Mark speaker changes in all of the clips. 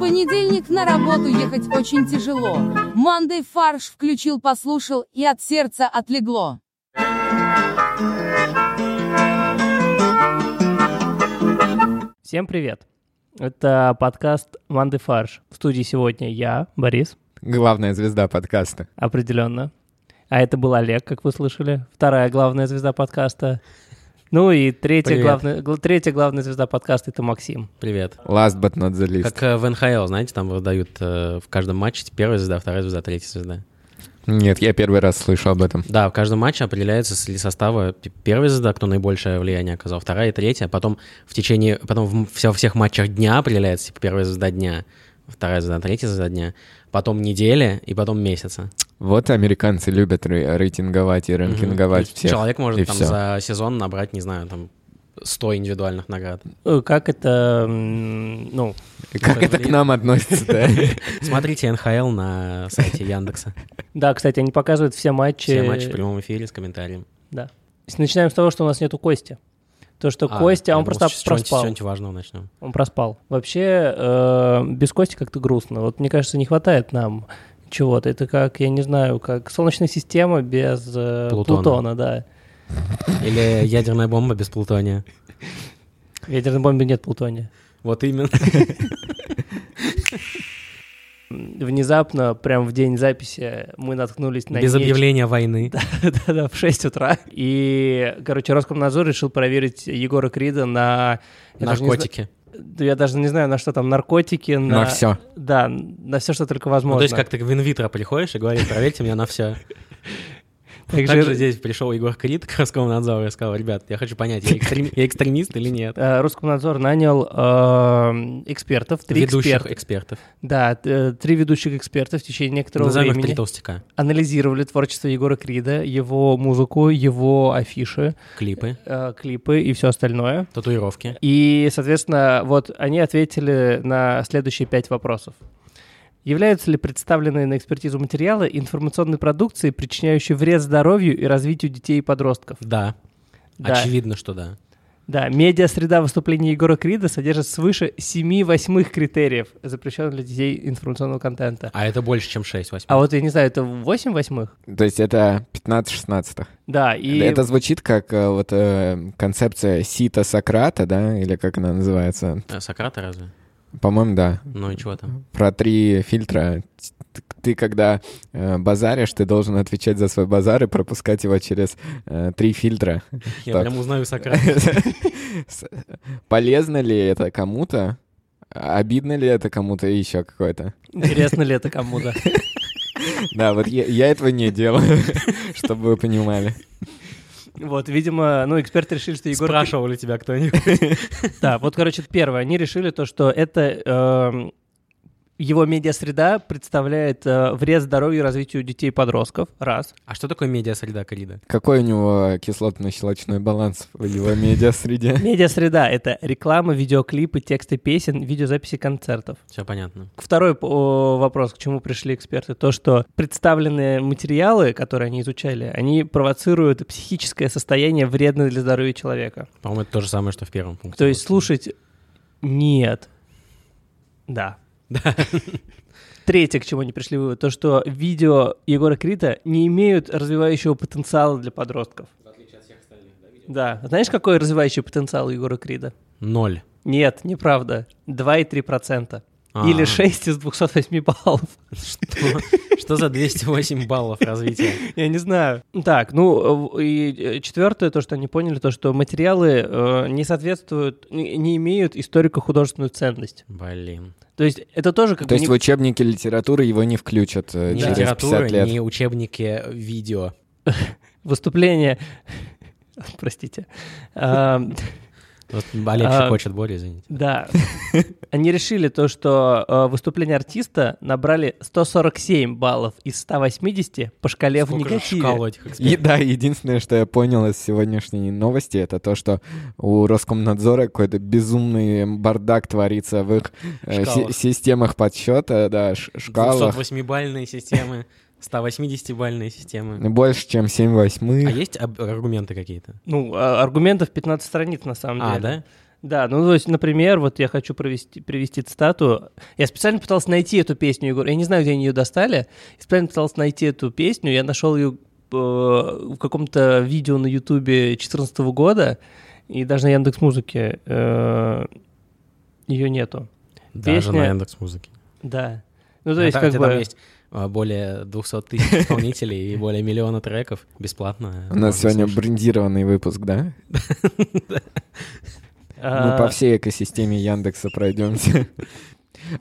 Speaker 1: понедельник на работу ехать очень тяжело. Мандай фарш включил, послушал, и от сердца отлегло.
Speaker 2: Всем привет. Это подкаст «Манды фарш». В студии сегодня я, Борис,
Speaker 3: Главная звезда подкаста.
Speaker 2: определенно. А это был Олег, как вы слышали. Вторая главная звезда подкаста. Ну и третья,
Speaker 4: Привет.
Speaker 2: главная, гл- третья главная звезда подкаста — это Максим.
Speaker 4: Привет.
Speaker 3: Last but not the least.
Speaker 4: Как э, в НХЛ, знаете, там выдают э, в каждом матче первая звезда, вторая звезда, третья звезда.
Speaker 3: Нет, я первый раз слышу об этом.
Speaker 4: Да, в каждом матче определяется ли состава п- первая звезда, кто наибольшее влияние оказал, вторая и третья, а потом в течение, потом в м- вся- во всех матчах дня определяется типа, первая звезда дня, вторая звезда, третья звезда дня, потом недели и потом месяца.
Speaker 3: Вот американцы любят рей- рейтинговать и
Speaker 4: Мгм.
Speaker 3: ранкинговать
Speaker 4: То есть
Speaker 3: всех.
Speaker 4: Человек может
Speaker 3: и
Speaker 4: там
Speaker 3: всё.
Speaker 4: за сезон набрать, не знаю, там 100 индивидуальных наград.
Speaker 2: Э, Как это, м, ну,
Speaker 3: Как это к нам относится, да?
Speaker 4: Смотрите НХЛ на сайте Яндекса.
Speaker 2: да, кстати, они показывают все матчи.
Speaker 4: Все матчи в прямом эфире с комментарием.
Speaker 2: Да. С- Начинаем с того, что у нас нету Кости. То, что
Speaker 4: А,
Speaker 2: Костя,
Speaker 4: я
Speaker 2: он
Speaker 4: думал,
Speaker 2: просто
Speaker 4: с чего- с
Speaker 2: проспал.
Speaker 4: чего-нибудь важного начнем.
Speaker 2: Он проспал. Вообще, э, без Кости как-то грустно. Вот мне кажется, не хватает нам чего-то. Это как, я не знаю, как Солнечная система без э, Плутона.
Speaker 4: Плутона.
Speaker 2: да.
Speaker 4: Или ядерная бомба без плутония.
Speaker 2: В ядерной бомбе нет Плутония.
Speaker 4: Вот именно.
Speaker 2: М, Внезапно, прям в день записи, мы наткнулись на
Speaker 4: Без
Speaker 2: нечто-
Speaker 4: объявления войны.
Speaker 2: Да-да, в 6 утра. И, короче, Роскомнадзор решил проверить Егора Крида на... я даже не зна-
Speaker 4: Наркотики.
Speaker 2: Да Я даже не знаю, на что там, наркотики, на...
Speaker 3: На все.
Speaker 2: Да, на все, что только
Speaker 4: Ну,
Speaker 2: возможно.
Speaker 4: то есть как ты в инвитро приходишь и говоришь, проверьте меня на все.
Speaker 2: Так
Speaker 4: Также
Speaker 2: же-
Speaker 4: здесь пришел Егор Крид к Роскомнадзору и сказал, ребят, я хочу понять, я, экстрем- я экстремист или нет.
Speaker 2: Э, Роскомнадзор нанял э, экспертов, три
Speaker 4: Ведущих
Speaker 2: эксперта.
Speaker 4: экспертов.
Speaker 2: Да, т- э, три ведущих эксперта в течение некоторого
Speaker 4: Назовем их
Speaker 2: времени
Speaker 4: три толстяка.
Speaker 2: анализировали творчество Егора Крида, его музыку, его афиши,
Speaker 4: Клипы,
Speaker 2: э, клипы и все остальное.
Speaker 4: татуировки.
Speaker 2: И, соответственно, вот они ответили на следующие пять вопросов. Являются ли представленные на экспертизу материалы информационной продукцией, причиняющей вред здоровью и развитию детей и подростков?
Speaker 4: Да, А
Speaker 2: Да.
Speaker 4: очевидно, что да.
Speaker 2: Да, медиа-среда выступления Егора Крида содержит свыше 7 восьмых критериев, запрещенных для детей информационного контента.
Speaker 4: А это больше, чем 6 восьмых.
Speaker 2: А вот, я не знаю, это 8 восьмых?
Speaker 3: То есть это 15-16.
Speaker 2: Да, и...
Speaker 3: Это звучит как э, вот э, концепция Сита Сократа, да? Или как она называется?
Speaker 4: А Сократа разве?
Speaker 3: По-моему, да.
Speaker 4: Ну и чего там?
Speaker 3: Про три фильтра. Т- Ты, когда э, базаришь, ты должен отвечать за свой базар и пропускать его через э, три фильтра.
Speaker 4: Я
Speaker 3: Так.
Speaker 4: прям узнаю Сократа.
Speaker 3: С- Полезно ли это кому-то? Обидно ли это кому-то и еще какое-то?
Speaker 2: Интересно ли это кому-то?
Speaker 3: Да, вот я, я этого не делаю, чтобы вы понимали.
Speaker 2: Вот, видимо, ну, эксперты решили, что Егор... Крид-
Speaker 4: Спрашивал ли тебя кто-нибудь?
Speaker 2: Да, вот, короче, первое. Они решили то, что это... эм, Его медиа-среда представляет э, вред здоровью и развитию детей и подростков. Раз.
Speaker 4: А что такое медиа-среда Крида?
Speaker 3: Какой у него кислотно-щелочной баланс в его медиа-среде?
Speaker 2: Медиа-среда — это реклама, видеоклипы, тексты песен, видеозаписи концертов.
Speaker 4: Все понятно.
Speaker 2: Второй о, вопрос, к чему пришли эксперты, то, что представленные материалы, которые они изучали, они провоцируют психическое состояние, вредное для здоровья человека.
Speaker 4: По-моему, это то же самое, что в первом пункте.
Speaker 2: То есть
Speaker 4: было.
Speaker 2: слушать нет. Да. Третье, к чему они пришли вывод, то, что видео Егора Крита не имеют развивающего потенциала для подростков. Да. А Знаешь, какой развивающий потенциал у Егора Крида?
Speaker 4: Ноль.
Speaker 2: Нет, неправда. 2,3%.
Speaker 4: А.
Speaker 2: Или 6 из 208 баллов.
Speaker 4: Что- Что за 208 баллов развития?
Speaker 2: Я не знаю. Так, ну э, и э, четвертое, то, что они поняли, то, что материалы э, не соответствуют, не не имеют историко-художественную ценность.
Speaker 4: Блин.
Speaker 2: То есть это тоже как
Speaker 3: То
Speaker 2: бы
Speaker 3: есть
Speaker 2: не-
Speaker 3: в учебнике литературы его не включат э,
Speaker 4: Ни
Speaker 3: через
Speaker 4: литературы,
Speaker 3: 50 лет.
Speaker 4: ни учебники а видео.
Speaker 2: выступление... Простите. А,
Speaker 4: Вот Олег
Speaker 2: А.
Speaker 4: хочет более, извините.
Speaker 2: Да. Они решили то, что э, выступление артиста набрали 147 баллов из 180 по шкале в
Speaker 4: Сколько же
Speaker 2: негативе.
Speaker 4: шкал у этих экспертов?
Speaker 3: И да, единственное, что я понял из сегодняшней новости, это то, что у Роскомнадзора какой-то безумный бардак творится в их э,
Speaker 4: Шкалах.
Speaker 3: си- системах подсчета, да, ш- шкалах.
Speaker 4: 208-бальные системы, 180-бальные системы.
Speaker 3: Больше, чем 7
Speaker 4: А
Speaker 3: восьмых.
Speaker 4: есть об- аргументы какие-то?
Speaker 2: Ну, а, аргументов 15 страниц на самом
Speaker 4: А,
Speaker 2: деле.
Speaker 4: да?
Speaker 2: Да, ну то есть, например, вот я хочу провести, привести цитату. Я специально пытался найти эту песню, Егор. Я не знаю, где они ее достали. Я специально пытался найти эту песню. Я нашел ее э, в каком-то видео на Ютубе 2014 года. И даже на Яндекс Музыке ее нету.
Speaker 4: Даже
Speaker 2: Песня-
Speaker 4: на Яндекс музыке.
Speaker 2: Да. Ну, то есть, как бы...
Speaker 4: там есть а, более 200 тысяч исполнителей и более миллиона треков бесплатно.
Speaker 3: У нас
Speaker 4: можно
Speaker 3: сегодня
Speaker 4: слушать.
Speaker 3: брендированный выпуск, да? Мы
Speaker 4: Ну,
Speaker 2: а,
Speaker 3: по всей экосистеме Яндекса пройдемся.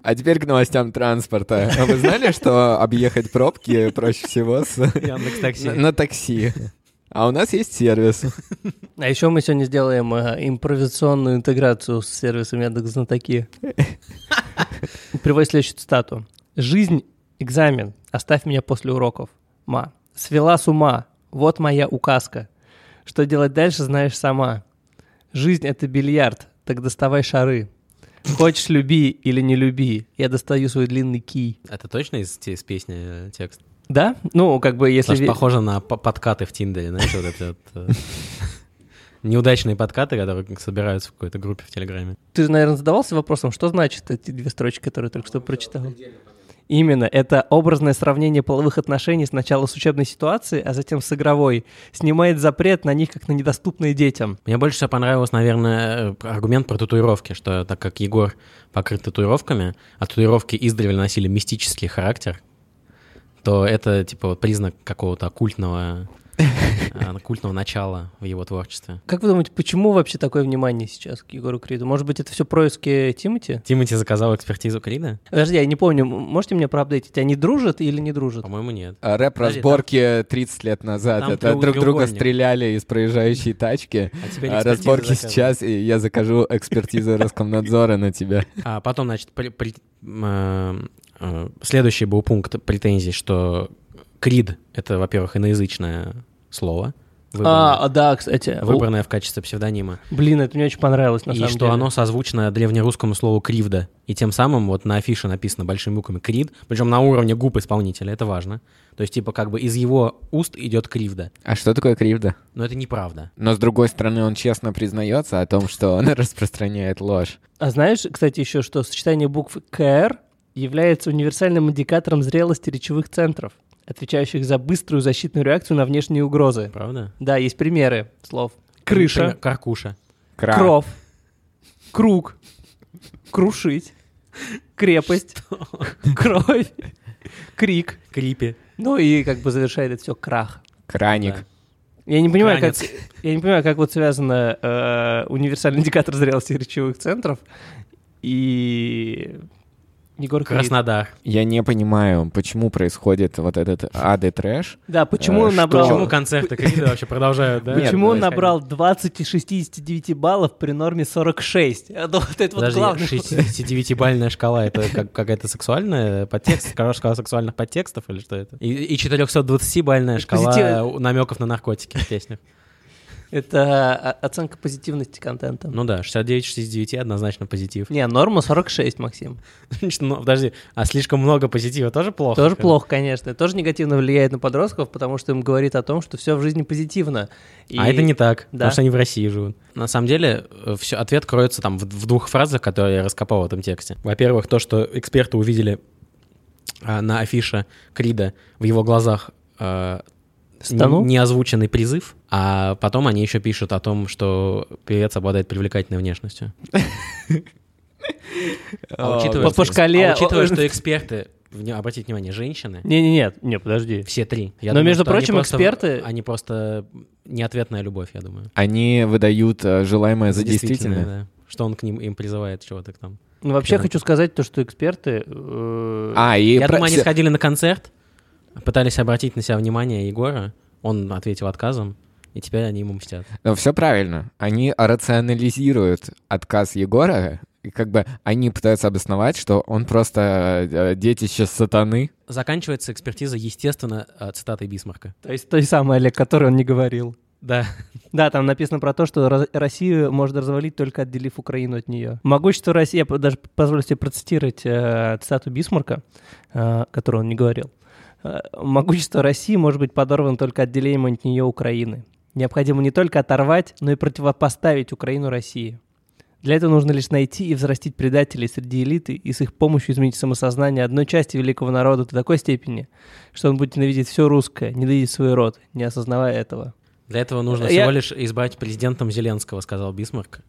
Speaker 3: А теперь к новостям транспорта. А Вы знали, что объехать пробки проще всего с-
Speaker 4: Яндекс такси.
Speaker 3: на на такси? А у нас есть сервис.
Speaker 2: а еще мы сегодня сделаем э, импровизационную интеграцию с сервисом Яндекс Знатоки. Приводит следующую цитату. «Жизнь — экзамен. Оставь меня после уроков. Ма. Свела с ума. Вот моя указка. Что делать дальше, знаешь сама. Жизнь — это бильярд. Так доставай шары. Хочешь, люби или не люби. Я достаю свой длинный кий».
Speaker 4: Это точно из, те- из песни э, текст?
Speaker 2: Да? Ну, как бы, если...
Speaker 4: Потому что
Speaker 2: ве-
Speaker 4: похоже на по- подкаты в Тиндере, знаешь, вот эти вот, э, неудачные подкаты, которые собираются в какой-то группе в Телеграме.
Speaker 2: Ты же, наверное, задавался вопросом, что значит эти две строчки, которые я только что прочитал? Именно, это образное сравнение половых отношений сначала с учебной ситуации, а затем с игровой. Снимает запрет на них, как на недоступные детям.
Speaker 4: Мне больше всего понравилось, наверное, э, аргумент про татуировки, что так как Егор покрыт татуировками, а татуировки издревле носили мистический характер, то это, типа, вот признак какого-то оккультного, э, оккультного начала в его творчестве.
Speaker 2: Как вы думаете, почему вообще такое внимание сейчас к Егору Криду? Может быть, это все происки Тимати?
Speaker 4: Тимати заказал экспертизу Крида?
Speaker 2: Подожди, я не помню, м- можете мне проапдейтить, они дружат или не дружат?
Speaker 4: По-моему, нет.
Speaker 3: А Рэп-разборки 30 лет назад.
Speaker 4: там
Speaker 3: Это друг друга
Speaker 4: треугольник.
Speaker 3: стреляли из проезжающей тачки.
Speaker 4: А теперь
Speaker 3: А
Speaker 4: экспертизу
Speaker 3: разборки
Speaker 4: заказывал.
Speaker 3: сейчас, и я закажу экспертизу Роскомнадзора на тебя.
Speaker 4: А потом, значит, при- при- м, э, следующий был пункт претензий, что крид — это, во-первых, иноязычное слово, выбранное,
Speaker 2: А, а, да, кстати.
Speaker 4: выбранное в качестве псевдонима,
Speaker 2: О, блин, это мне очень понравилось, на
Speaker 4: и
Speaker 2: самом
Speaker 4: что
Speaker 2: деле.
Speaker 4: оно созвучно древнерусскому слову «кривда». И тем самым вот на афише написано большими буквами «крид», причем на уровне губ исполнителя, это важно. То есть, типа, как бы из его уст идет кривда.
Speaker 3: А что такое кривда?
Speaker 4: Но это неправда.
Speaker 3: Но с другой стороны, он честно признается о том, что он распространяет ложь.
Speaker 2: А знаешь, кстати, еще что сочетание букв КР является универсальным индикатором зрелости речевых центров, отвечающих за быструю защитную реакцию на внешние угрозы.
Speaker 4: Правда?
Speaker 2: Да, есть примеры слов. Крыша,
Speaker 4: Например, каркуша.
Speaker 2: кров, круг, крушить, крепость, кровь, крик.
Speaker 4: Крипи.
Speaker 2: Ну и как бы завершает это все крах.
Speaker 3: Краник.
Speaker 2: Я не понимаю, как,
Speaker 4: Кранец.
Speaker 2: я не понимаю, как вот связано э, универсальный индикатор зрелости речевых центров и Егор Крид.
Speaker 4: Краснодар.
Speaker 3: Я не понимаю, почему происходит вот этот ад и трэш.
Speaker 2: Да, почему
Speaker 3: Э,
Speaker 2: он
Speaker 3: что?
Speaker 2: набрал,
Speaker 4: Почему концерты Крида вообще продолжают, да?
Speaker 3: Нет,
Speaker 2: почему он
Speaker 3: происходит?
Speaker 2: набрал 20 и 69 баллов при норме 46? А то вот это вот
Speaker 4: Подожди,
Speaker 2: главное.
Speaker 4: 69-бальная шкала — это как- какая-то сексуальная э, подтекст, короче, шкала сексуальных подтекстов или что это? И, и
Speaker 2: Ну,
Speaker 4: 420-бальная шкала
Speaker 2: Позитив-
Speaker 4: намеков на наркотики в песнях.
Speaker 2: Это о- оценка позитивности контента.
Speaker 4: Ну да, 69-69 однозначно позитив.
Speaker 2: Не, норма 46, Максим.
Speaker 4: Значит, ну, Подожди, а слишком много позитива тоже плохо?
Speaker 2: Тоже плохо, конечно. Тоже негативно влияет на подростков, потому что им говорит о том, что все в жизни позитивно. И-
Speaker 4: А это не так,
Speaker 2: Да.
Speaker 4: потому что они в России живут. На самом деле, все, ответ кроется там в, в двух фразах, которые я раскопал в этом тексте. Во-первых, то, что эксперты увидели а, на афише Крида в его глазах а,
Speaker 2: Стану?
Speaker 4: н- неозвученный призыв, а потом они еще пишут о том, что певец обладает привлекательной внешностью. А учитывая,
Speaker 2: По- по
Speaker 4: что-
Speaker 2: шкале-
Speaker 4: а учитывая, что эксперты, вне- обратите внимание, женщины,
Speaker 2: Не-не-не, не, подожди.
Speaker 4: все три.
Speaker 2: Но, между
Speaker 4: что они
Speaker 2: прочим,
Speaker 4: просто-
Speaker 2: эксперты-
Speaker 4: Они просто неответная любовь, я думаю.
Speaker 3: Они выдают э, желаемое за действительное.
Speaker 4: да. Что он к ним им призывает, чего-то там.
Speaker 2: Ну, вообще
Speaker 4: Почему?
Speaker 2: хочу сказать то, что эксперты... э,
Speaker 3: А, и
Speaker 4: Я
Speaker 3: про-
Speaker 4: думаю, они
Speaker 3: все-
Speaker 4: сходили на концерт, пытались обратить на себя внимание Егора, он ответил отказом, и теперь они ему мстят.
Speaker 3: Но все э, правильно. Они рационализируют отказ Егора, и как бы они пытаются обосновать, что он просто э, детище сатаны.
Speaker 4: Заканчивается экспертиза, естественно, э, цитатой Бисмарка.
Speaker 2: То есть той самой, Олег, который он не говорил.
Speaker 4: Да.
Speaker 2: Да, там написано про то, что Ро- Россию можно развалить только отделив Украину от нее. Могущество России, я п- даже позволю себе процитировать э, цитату Бисмарка, э, которую он не говорил. Э, Могущество России может быть подорвано только отделением от нее Украины. Необходимо не только оторвать, но и противопоставить Украину России. Для этого нужно лишь найти и взрастить предателей среди элиты и с их помощью изменить самосознание одной части великого народа до такой степени, что он будет ненавидеть все русское, ненавидеть свой род, не осознавая этого.
Speaker 4: Для этого нужно
Speaker 2: Я-
Speaker 4: всего лишь избрать президентом Зеленского, сказал Бисмарк.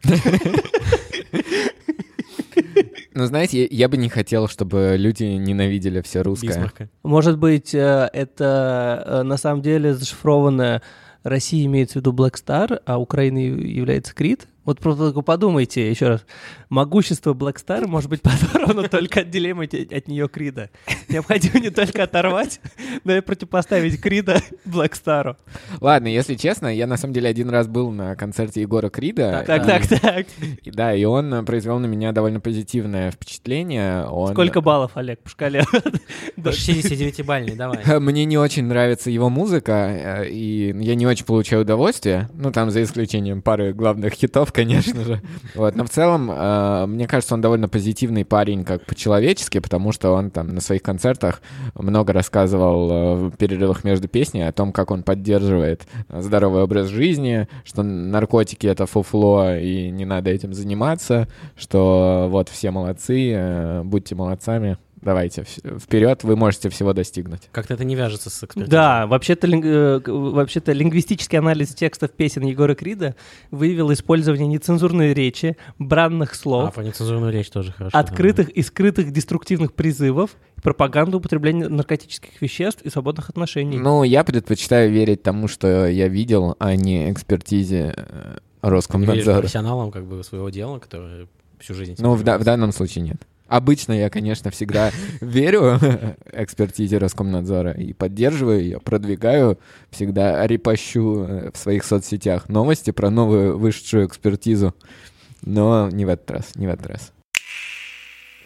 Speaker 3: Ну, знаете, я, я бы не хотел, чтобы люди ненавидели все русское.
Speaker 4: Бисмарка.
Speaker 2: Может быть, э, это э, на самом деле зашифровано Россия имеет в виду Black Star, а Украина и- является Крит. Вот просто только подумайте еще раз. Могущество Black Star может быть подорвано только отделимо от от нее Крида. Необходимо не только оторвать, но и противопоставить Крида Black Star.
Speaker 3: Ладно, если честно, я на самом деле один раз был на концерте Егора Крида.
Speaker 2: Так, так,
Speaker 3: и-
Speaker 2: так, так.
Speaker 3: и да, и он э, произвел на меня довольно позитивное впечатление. Он...
Speaker 2: Сколько баллов, Олег, по шкале?
Speaker 4: 69-бальный, давай.
Speaker 3: Мне не очень нравится его музыка, э, и я не очень получаю удовольствие. Ну, там, за исключением пары главных хитов, конечно же. Вот, но в целом, э, мне кажется, он довольно позитивный парень, как по-человечески, потому что он там на своих концертах много рассказывал э, в перерывах между песнями о том, как он поддерживает здоровый образ жизни, что наркотики — это фуфло, и не надо этим заниматься, что вот все молодцы, э, будьте молодцами. Давайте вс- вперед, вы можете всего достигнуть.
Speaker 4: Как-то это не вяжется с экспертизой.
Speaker 2: Да, вообще-то, линг- э, к- вообще-то лингвистический анализ текстов песен Егора Крида выявил использование нецензурной речи, бранных
Speaker 4: А
Speaker 2: слов,
Speaker 4: про нецензурную речь тоже А, хорошо.
Speaker 2: открытых и скрытых деструктивных призывов, пропаганду употребления наркотических веществ и свободных отношений.
Speaker 3: Ну, я предпочитаю верить тому, что я видел, а не экспертизе э,
Speaker 4: да. Не веришь
Speaker 3: Роскомнадзора.
Speaker 4: профессионалам как бы своего дела, которые всю жизнь... этим
Speaker 3: Ну, в, да- в
Speaker 4: занимаются.
Speaker 3: данном случае нет. Обычно я, конечно, всегда верю экспертизе Роскомнадзора и поддерживаю ее, продвигаю, всегда репощу э, в своих соцсетях новости про новую вышедшую экспертизу. Но не в этот раз, не в этот раз.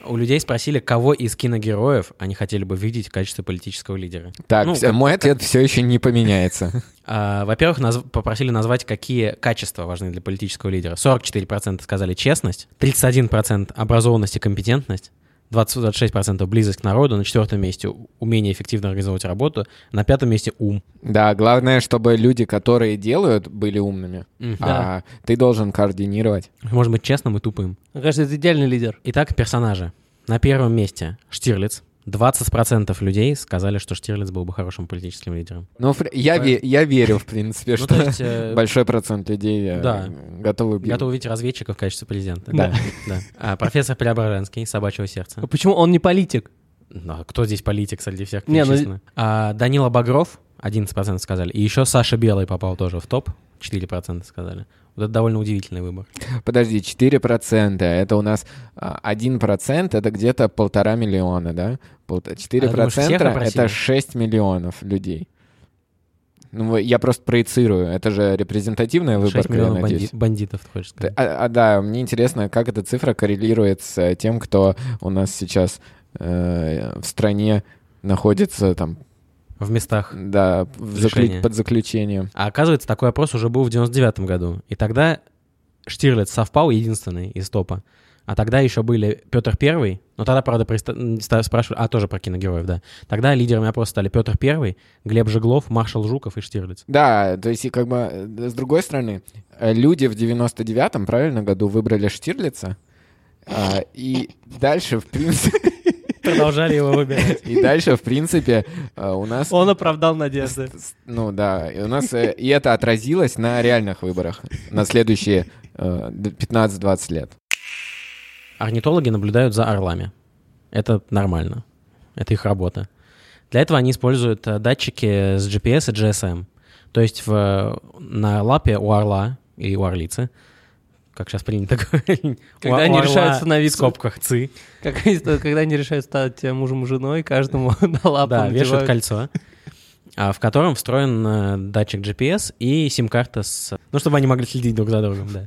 Speaker 4: У людей спросили, кого из киногероев они хотели бы видеть в качестве политического лидера.
Speaker 3: Так,
Speaker 4: Ну,
Speaker 3: всё, мой ответ все еще не поменяется.
Speaker 4: А, Во-первых, наз- попросили назвать, какие качества важны для политического лидера. 44% сказали честность, 31% образованность и компетентность, 20 26% близость к народу, на четвертом месте у- умение эффективно организовать работу, на пятом месте ум.
Speaker 3: Да, главное, чтобы люди, которые делают, были умными. А ты должен координировать.
Speaker 4: Может быть честным и тупым.
Speaker 2: Мне кажется, это идеальный лидер.
Speaker 4: Итак, персонажи. На первом месте Штирлиц. 20% людей сказали, что Штирлиц был бы хорошим политическим лидером.
Speaker 3: Ну, фр- я, ве- я верю, в принципе,
Speaker 4: Ну,
Speaker 3: что
Speaker 4: то есть, э,
Speaker 3: большой процент людей э,
Speaker 4: Да.
Speaker 3: готовы бить.
Speaker 4: Готов увидеть разведчика в качестве президента.
Speaker 3: Да.
Speaker 4: Да. А, профессор Преображенский, собачьего сердца.
Speaker 2: А Почему он не политик?
Speaker 4: Ну, а кто здесь политик среди всех
Speaker 2: Не, ну-
Speaker 4: перечисленных? А, Данила Багров, 11% сказали. И еще Саша Белый попал тоже в топ, 4% сказали. Вот это довольно удивительный выбор.
Speaker 3: Подожди, 4%. Это у нас а, 1% это где-то полтора миллиона, да? Полт- 4%
Speaker 4: А, всех опросили?
Speaker 3: это 6 миллионов людей. Ну, вы- я просто проецирую. Это же репрезентативная
Speaker 4: 6
Speaker 3: выборка, я
Speaker 4: миллионов
Speaker 3: надеюсь.
Speaker 4: банди- бандитов, ты хочешь
Speaker 3: Т-
Speaker 4: сказать.
Speaker 3: А, а, да, мне интересно, как эта цифра коррелирует с э, тем, кто у нас сейчас э, в стране находится там,
Speaker 4: В местах.
Speaker 3: да, в заклю-
Speaker 4: Лишение.
Speaker 3: под заключением.
Speaker 4: А оказывается, такой опрос уже был в 99 году. И тогда Штирлиц совпал единственный из топа. А тогда еще были Петр Первый. Но тогда, правда, приста- м, ста- спрашивали... А, тоже про киногероев, да. Тогда лидерами опроса стали Петр Первый, Глеб Жеглов, маршал Жуков и Штирлиц.
Speaker 3: Да, то есть, и как бы, э, с другой стороны, э, люди в 99-м, правильно, году выбрали Штирлица, а, и дальше, в принципе,
Speaker 4: Продолжали его выбирать.
Speaker 3: и дальше, в принципе, э, у нас...
Speaker 2: Он оправдал надежды.
Speaker 3: с- Ну да, и у нас э, и это отразилось на реальных выборах на следующие э, д- 15-20 лет.
Speaker 4: Орнитологи наблюдают за орлами. Это нормально. Это их работа. Для этого они используют э, датчики с GPS и GSM. То есть в, э, на лапе у орла или у орлицы, как сейчас принято говорить,
Speaker 2: Когда
Speaker 4: у- у
Speaker 2: они
Speaker 4: орла
Speaker 2: решают становиться-
Speaker 4: в скобках ЦИ,
Speaker 2: Как они- Когда они решают стать э, мужем и женой, каждому на лапу
Speaker 4: да,
Speaker 2: надевают.
Speaker 4: вешают кольцо, а, в котором встроен э, датчик GPS и сим-карта с... Ну, чтобы они могли следить друг за другом, да.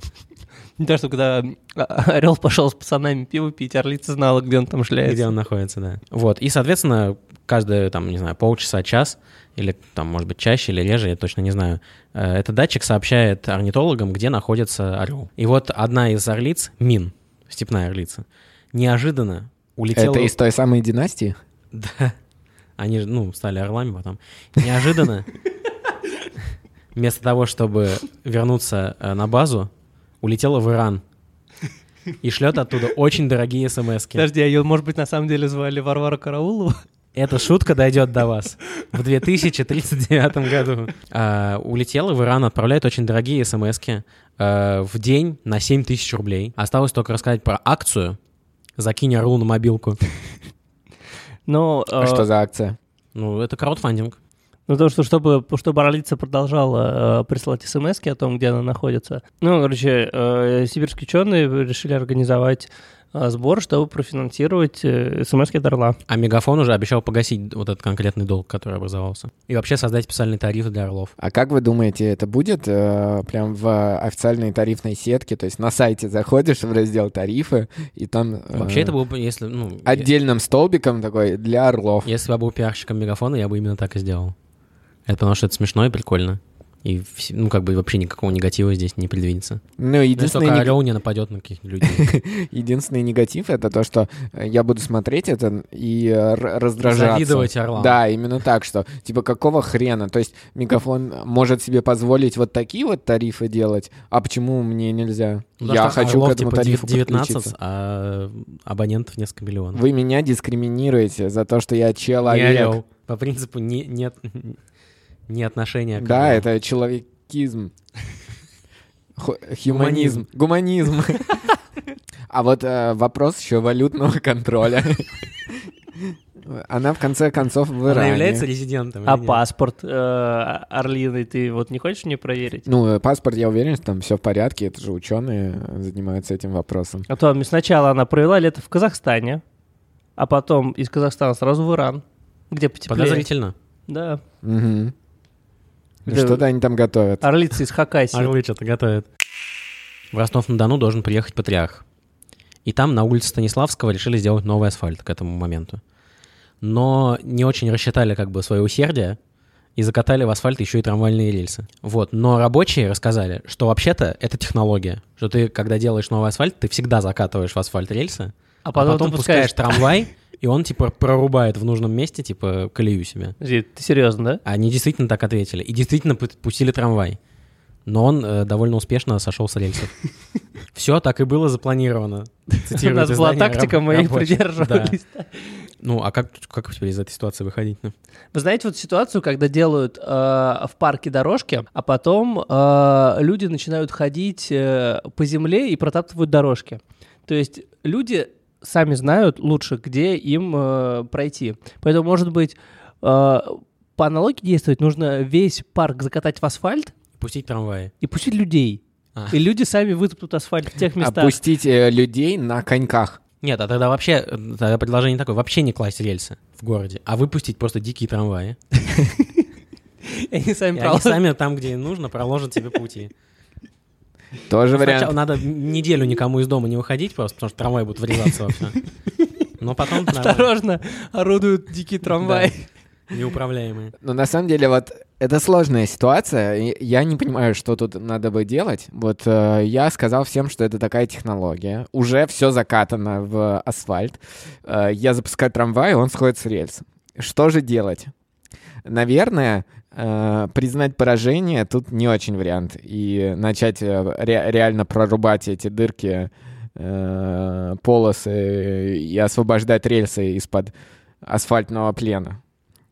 Speaker 2: Не то, что когда а, Орел пошел с пацанами пиво пить, Орлица знала, где он там шляется.
Speaker 4: Где он находится, да. Вот, и, соответственно, каждые, там, не знаю, полчаса, час, или там, может быть, чаще или реже, я точно не знаю, э, этот датчик сообщает орнитологам, где находится орел. И вот одна из орлиц, Мин, степная орлица, неожиданно улетела...
Speaker 3: Это из той самой династии?
Speaker 4: Да. Они же, ну, стали орлами потом. Неожиданно, вместо того, чтобы вернуться э, на базу, улетела в Иран. и шлет оттуда очень дорогие смс
Speaker 2: Подожди, а ее, может быть, на самом деле звали Варвара Караулова?
Speaker 4: Эта шутка дойдет до вас в 2039 году. А, улетела в Иран, отправляет очень дорогие смс в день на 7 тысяч рублей. Осталось только рассказать про акцию «Закинь Орлу на мобилку».
Speaker 2: Но, э,
Speaker 3: А что за акция?
Speaker 4: Ну, это краудфандинг.
Speaker 2: Ну, то, что чтобы, чтобы Орлица продолжала э, присылать смс о том, где она находится. Ну, короче, э, сибирские ученые решили организовать э, сбор, чтобы профинансировать э, смс от Орла.
Speaker 4: А Мегафон уже обещал погасить вот этот конкретный долг, который образовался. И вообще создать специальные тарифы для Орлов.
Speaker 3: А как вы думаете, это будет э, прям в официальной тарифной сетке? То есть на сайте заходишь в раздел тарифы, и там... э, А
Speaker 4: Вообще это было бы, если... Ну,
Speaker 3: Отдельным столбиком такой для орлов.
Speaker 4: е- Если бы я был пиарщиком Мегафона, я бы именно так и сделал. Это потому что это смешно и прикольно. И, вс- ну, как бы вообще никакого негатива здесь не предвидится.
Speaker 3: Ну,
Speaker 4: Если
Speaker 3: единственный,
Speaker 4: только
Speaker 3: нег-
Speaker 4: Орел не нападет на каких-нибудь людей.
Speaker 3: единственный негатив — это то, что э, я буду смотреть это и э, р- раздражаться.
Speaker 4: Завидовать Орлам.
Speaker 3: Да, именно так, что типа какого хрена? То есть микрофон может себе позволить вот такие вот тарифы делать, а почему мне нельзя?
Speaker 4: Ну,
Speaker 3: я
Speaker 4: потому что
Speaker 3: хочу
Speaker 4: Орлов,
Speaker 3: к этому
Speaker 4: типа,
Speaker 3: тарифу
Speaker 4: 19,
Speaker 3: подключиться.
Speaker 4: а абонентов несколько миллионов.
Speaker 3: Вы меня дискриминируете за то, что я
Speaker 4: Не
Speaker 3: человек.
Speaker 4: орел. По принципу не, нет, не отношения к
Speaker 3: Да,
Speaker 4: Орлу.
Speaker 3: это человекизм. Ху-
Speaker 4: Гуманизм.
Speaker 3: Хуманизм. Гуманизм. А вот э, вопрос еще валютного контроля. Она в конце концов в
Speaker 4: Она
Speaker 3: Иране.
Speaker 4: является резидентом. или
Speaker 2: А
Speaker 4: нет?
Speaker 2: паспорт э, Орлиной ты вот не хочешь мне проверить?
Speaker 3: Ну, э, паспорт, я уверен, что там все в порядке. Это же ученые занимаются этим вопросом.
Speaker 2: А то сначала она провела лето в Казахстане, а потом из Казахстана сразу в Иран, где потеплее.
Speaker 4: Подозрительно.
Speaker 2: Да.
Speaker 3: Мгм. Ну,
Speaker 2: Да. А
Speaker 3: Что-то они там готовят.
Speaker 2: Орлица из Хакасии.
Speaker 4: Орлы что-то готовят. В Ростов-на-Дону должен приехать патриарх. И там на улице Станиславского решили сделать новый асфальт к этому моменту. Но не очень рассчитали как бы свое усердие и закатали в асфальт еще и трамвайные рельсы. Вот. Но рабочие рассказали, что вообще-то это технология. Что ты, когда делаешь новый асфальт, ты всегда закатываешь в асфальт рельсы,
Speaker 2: А
Speaker 4: а потом,
Speaker 2: ты
Speaker 4: пускаешь
Speaker 2: пускаешь...
Speaker 4: трамвай, и он типа прорубает в нужном месте, типа колею себе.
Speaker 2: Подожди, ты серьезно, да?
Speaker 4: Они действительно так ответили. И действительно пу- пустили трамвай. Но он э, довольно успешно сошел с рельсов. Все так и было запланировано. Типа,
Speaker 2: У нас была тактика, мы
Speaker 4: моих
Speaker 2: их придерживались.
Speaker 4: Ну, а как, как теперь из этой ситуации выходить? ну?
Speaker 2: Вы знаете вот ситуацию, когда делают э, в парке дорожки, а потом э, люди начинают ходить э, по земле и протаптывают дорожки. То есть люди сами знают лучше, где им э, пройти. Поэтому, может быть, э, по аналогии действовать нужно весь парк закатать в асфальт
Speaker 4: Пустить трамваи.
Speaker 2: и пустить людей.
Speaker 4: А.
Speaker 2: И люди сами вытоптут асфальт в тех местах.
Speaker 3: Опустить э, людей на коньках.
Speaker 4: Нет, а тогда вообще, э, тогда предложение такое, вообще не класть рельсы в городе, а выпустить просто дикие трамваи.
Speaker 2: И они
Speaker 4: И
Speaker 2: сами
Speaker 4: они
Speaker 2: проложат.
Speaker 4: сами там, где им нужно, проложат себе пути.
Speaker 3: Тоже
Speaker 4: Ну, Сначала
Speaker 3: вариант.
Speaker 4: надо неделю никому из дома не выходить просто, потому что трамваи будут врезаться во все. Но потом
Speaker 2: А
Speaker 4: нормально.
Speaker 2: Осторожно, орудуют дикие трамваи.
Speaker 4: неуправляемые.
Speaker 3: Но Ну, на самом деле вот это сложная ситуация. и Я не понимаю, что тут надо бы делать. Вот э, я сказал всем, что это такая технология. Уже все закатано в асфальт. Э, я запускаю трамвай, он сходит с рельс. Что же делать? Наверное, э, признать поражение тут не очень вариант. И начать э, ре- реально прорубать эти дырки, э, полосы и освобождать рельсы из-под асфальтного плена.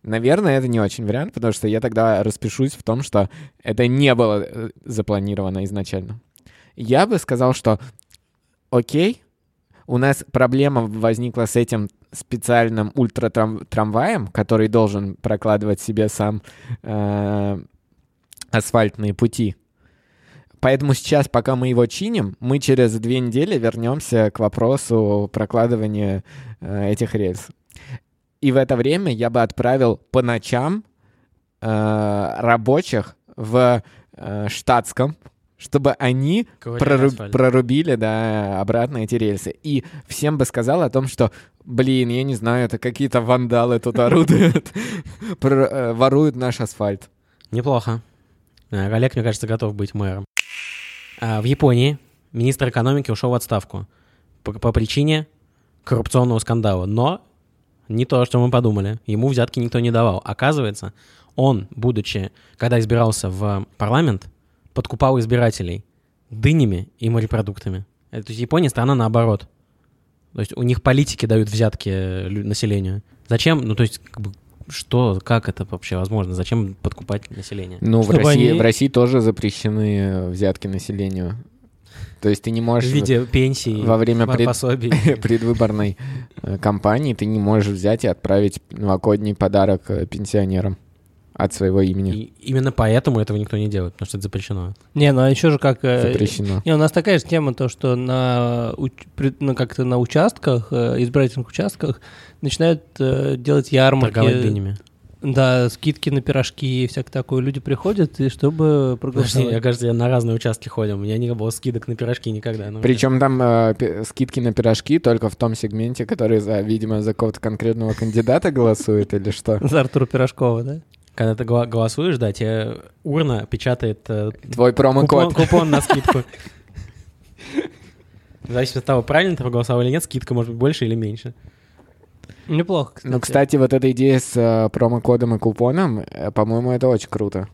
Speaker 3: Наверное, это не очень вариант, потому что я тогда распишусь в том, что это не было э, запланировано изначально. Я бы сказал, что окей, у нас проблема возникла с этим специальным ультратрамваем, который должен прокладывать себе сам э, асфальтные пути. Поэтому сейчас, пока мы его чиним, мы через две недели вернемся к вопросу прокладывания э, этих рельс. И в это время я бы отправил по ночам э, рабочих в э, штатском, чтобы они
Speaker 4: Ковыряли
Speaker 3: прору-
Speaker 4: асфальт.
Speaker 3: прорубили да, обратно эти рельсы. И всем бы сказал о том, что, блин, я не знаю, это какие-то вандалы тут орудуют, про- э, воруют наш асфальт.
Speaker 4: Неплохо. Э, Олег, мне кажется, готов быть мэром. А, В Японии министр экономики ушел в отставку по, по причине коррупционного скандала. Но не то, что мы подумали. Ему взятки никто не давал. Оказывается, он, будучи, когда избирался в парламент, подкупал избирателей дынями и морепродуктами. Э, То есть Япония страна наоборот. То есть у них политики дают взятки э, лю- населению. Зачем? Ну, то есть, как бы, что, как это вообще возможно? Зачем подкупать население?
Speaker 3: Ну, в
Speaker 2: Чтобы
Speaker 3: России,
Speaker 2: они-
Speaker 3: в России тоже запрещены э, взятки населению. То есть ты не
Speaker 4: В
Speaker 3: можешь в-
Speaker 4: виде пенсии,
Speaker 3: во время
Speaker 4: пос-
Speaker 3: пред-
Speaker 4: пособий.
Speaker 3: предвыборной э, кампании, ты не можешь взять и отправить новогодний подарок э, пенсионерам от своего имени.
Speaker 4: И именно поэтому этого никто не делает, потому что это запрещено.
Speaker 2: Не, ну а еще же как... э,
Speaker 3: Запрещено.
Speaker 2: Не, у нас такая же тема, то, что на, уч- при- ну, как-то на участках, э, избирательных участках начинают э, делать ярмарки.
Speaker 4: Торговать дынями.
Speaker 2: Да, скидки на пирожки и всякое такое. Люди приходят, и чтобы
Speaker 4: Подожди, я,
Speaker 2: проголосовать.
Speaker 4: кажется, я на разные участки ходил. У меня не было скидок на пирожки никогда. ну,
Speaker 3: Причем там э, пи- скидки на пирожки только в том сегменте, который, за, видимо, за какого-то конкретного кандидата голосует или что.
Speaker 2: За Артура Пирожкова, да?
Speaker 4: Когда ты гла- голосуешь, да, тебе урна печатает э,
Speaker 3: Твой
Speaker 4: купон,
Speaker 3: промокод.
Speaker 4: купон на скидку. В зависимости от того, правильно ты проголосовал или нет, скидка может быть больше или меньше.
Speaker 2: Неплохо, кстати.
Speaker 3: Ну, кстати, вот эта идея с э, промокодом и купоном, э, по-моему, это очень круто.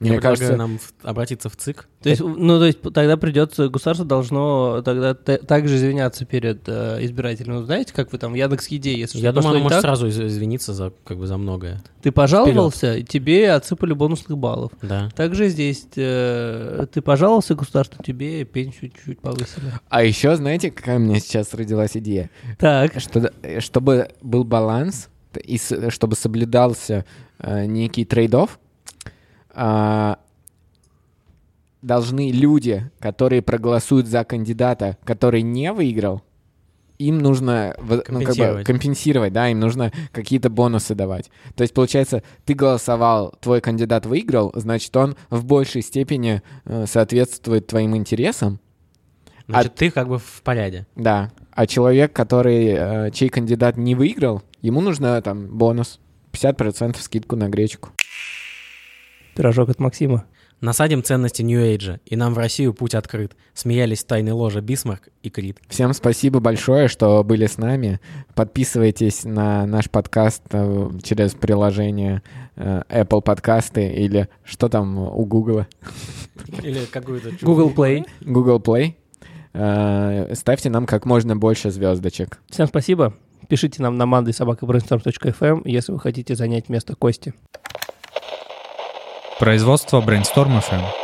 Speaker 4: Я
Speaker 3: Мне
Speaker 4: предлагаю
Speaker 3: кажется,
Speaker 4: нам в- обратиться в ЦИК.
Speaker 2: То есть, ну, то есть тогда придется, государство должно тогда т- также извиняться перед э, избирателем. Ну, знаете, как вы там в Яндекс.Еде, если
Speaker 4: Я
Speaker 2: что-то ну,
Speaker 4: думаю,
Speaker 2: пошло
Speaker 4: она
Speaker 2: не
Speaker 4: может
Speaker 2: так,
Speaker 4: сразу из- извиниться за как бы за многое.
Speaker 2: ты пожаловался, и тебе отсыпали бонусных баллов.
Speaker 4: Да.
Speaker 2: Также здесь э, ты пожаловался государству, тебе пенсию чуть-чуть повысили.
Speaker 3: А еще, знаете, какая у меня сейчас родилась идея?
Speaker 2: Так,
Speaker 3: Что, э, чтобы был баланс т- и с- чтобы соблюдался э, некий трейд-офф, а, должны люди, которые проголосуют за кандидата, который не выиграл, им нужно в- ну, как бы
Speaker 4: Компенсировать.
Speaker 3: компенсировать, да, им нужно какие-то бонусы давать. То есть, получается, ты голосовал, твой кандидат выиграл, значит, он в большей степени э, соответствует твоим интересам, А
Speaker 4: Значит, ты как бы в порядке.
Speaker 3: да. А человек, который, э, чей кандидат не выиграл, ему нужно там бонус. 50% скидку на гречку.
Speaker 2: пирожок от Максима.
Speaker 4: Насадим ценности Нью-Эйджа, и нам в Россию путь открыт. Смеялись тайны ложа Бисмарк и Крит.
Speaker 3: Всем спасибо большое, что были с нами. Подписывайтесь на наш подкаст э, через приложение э, Apple подкасты или что там у Google.
Speaker 4: Или какую-то...
Speaker 2: Google Play.
Speaker 3: Google Play. Э, Ставьте нам как можно больше звездочек.
Speaker 2: Всем спасибо. Пишите нам на mandaysobakabrainstorm.fm, если вы хотите занять место Кости.
Speaker 5: Производство Brainstorm FM.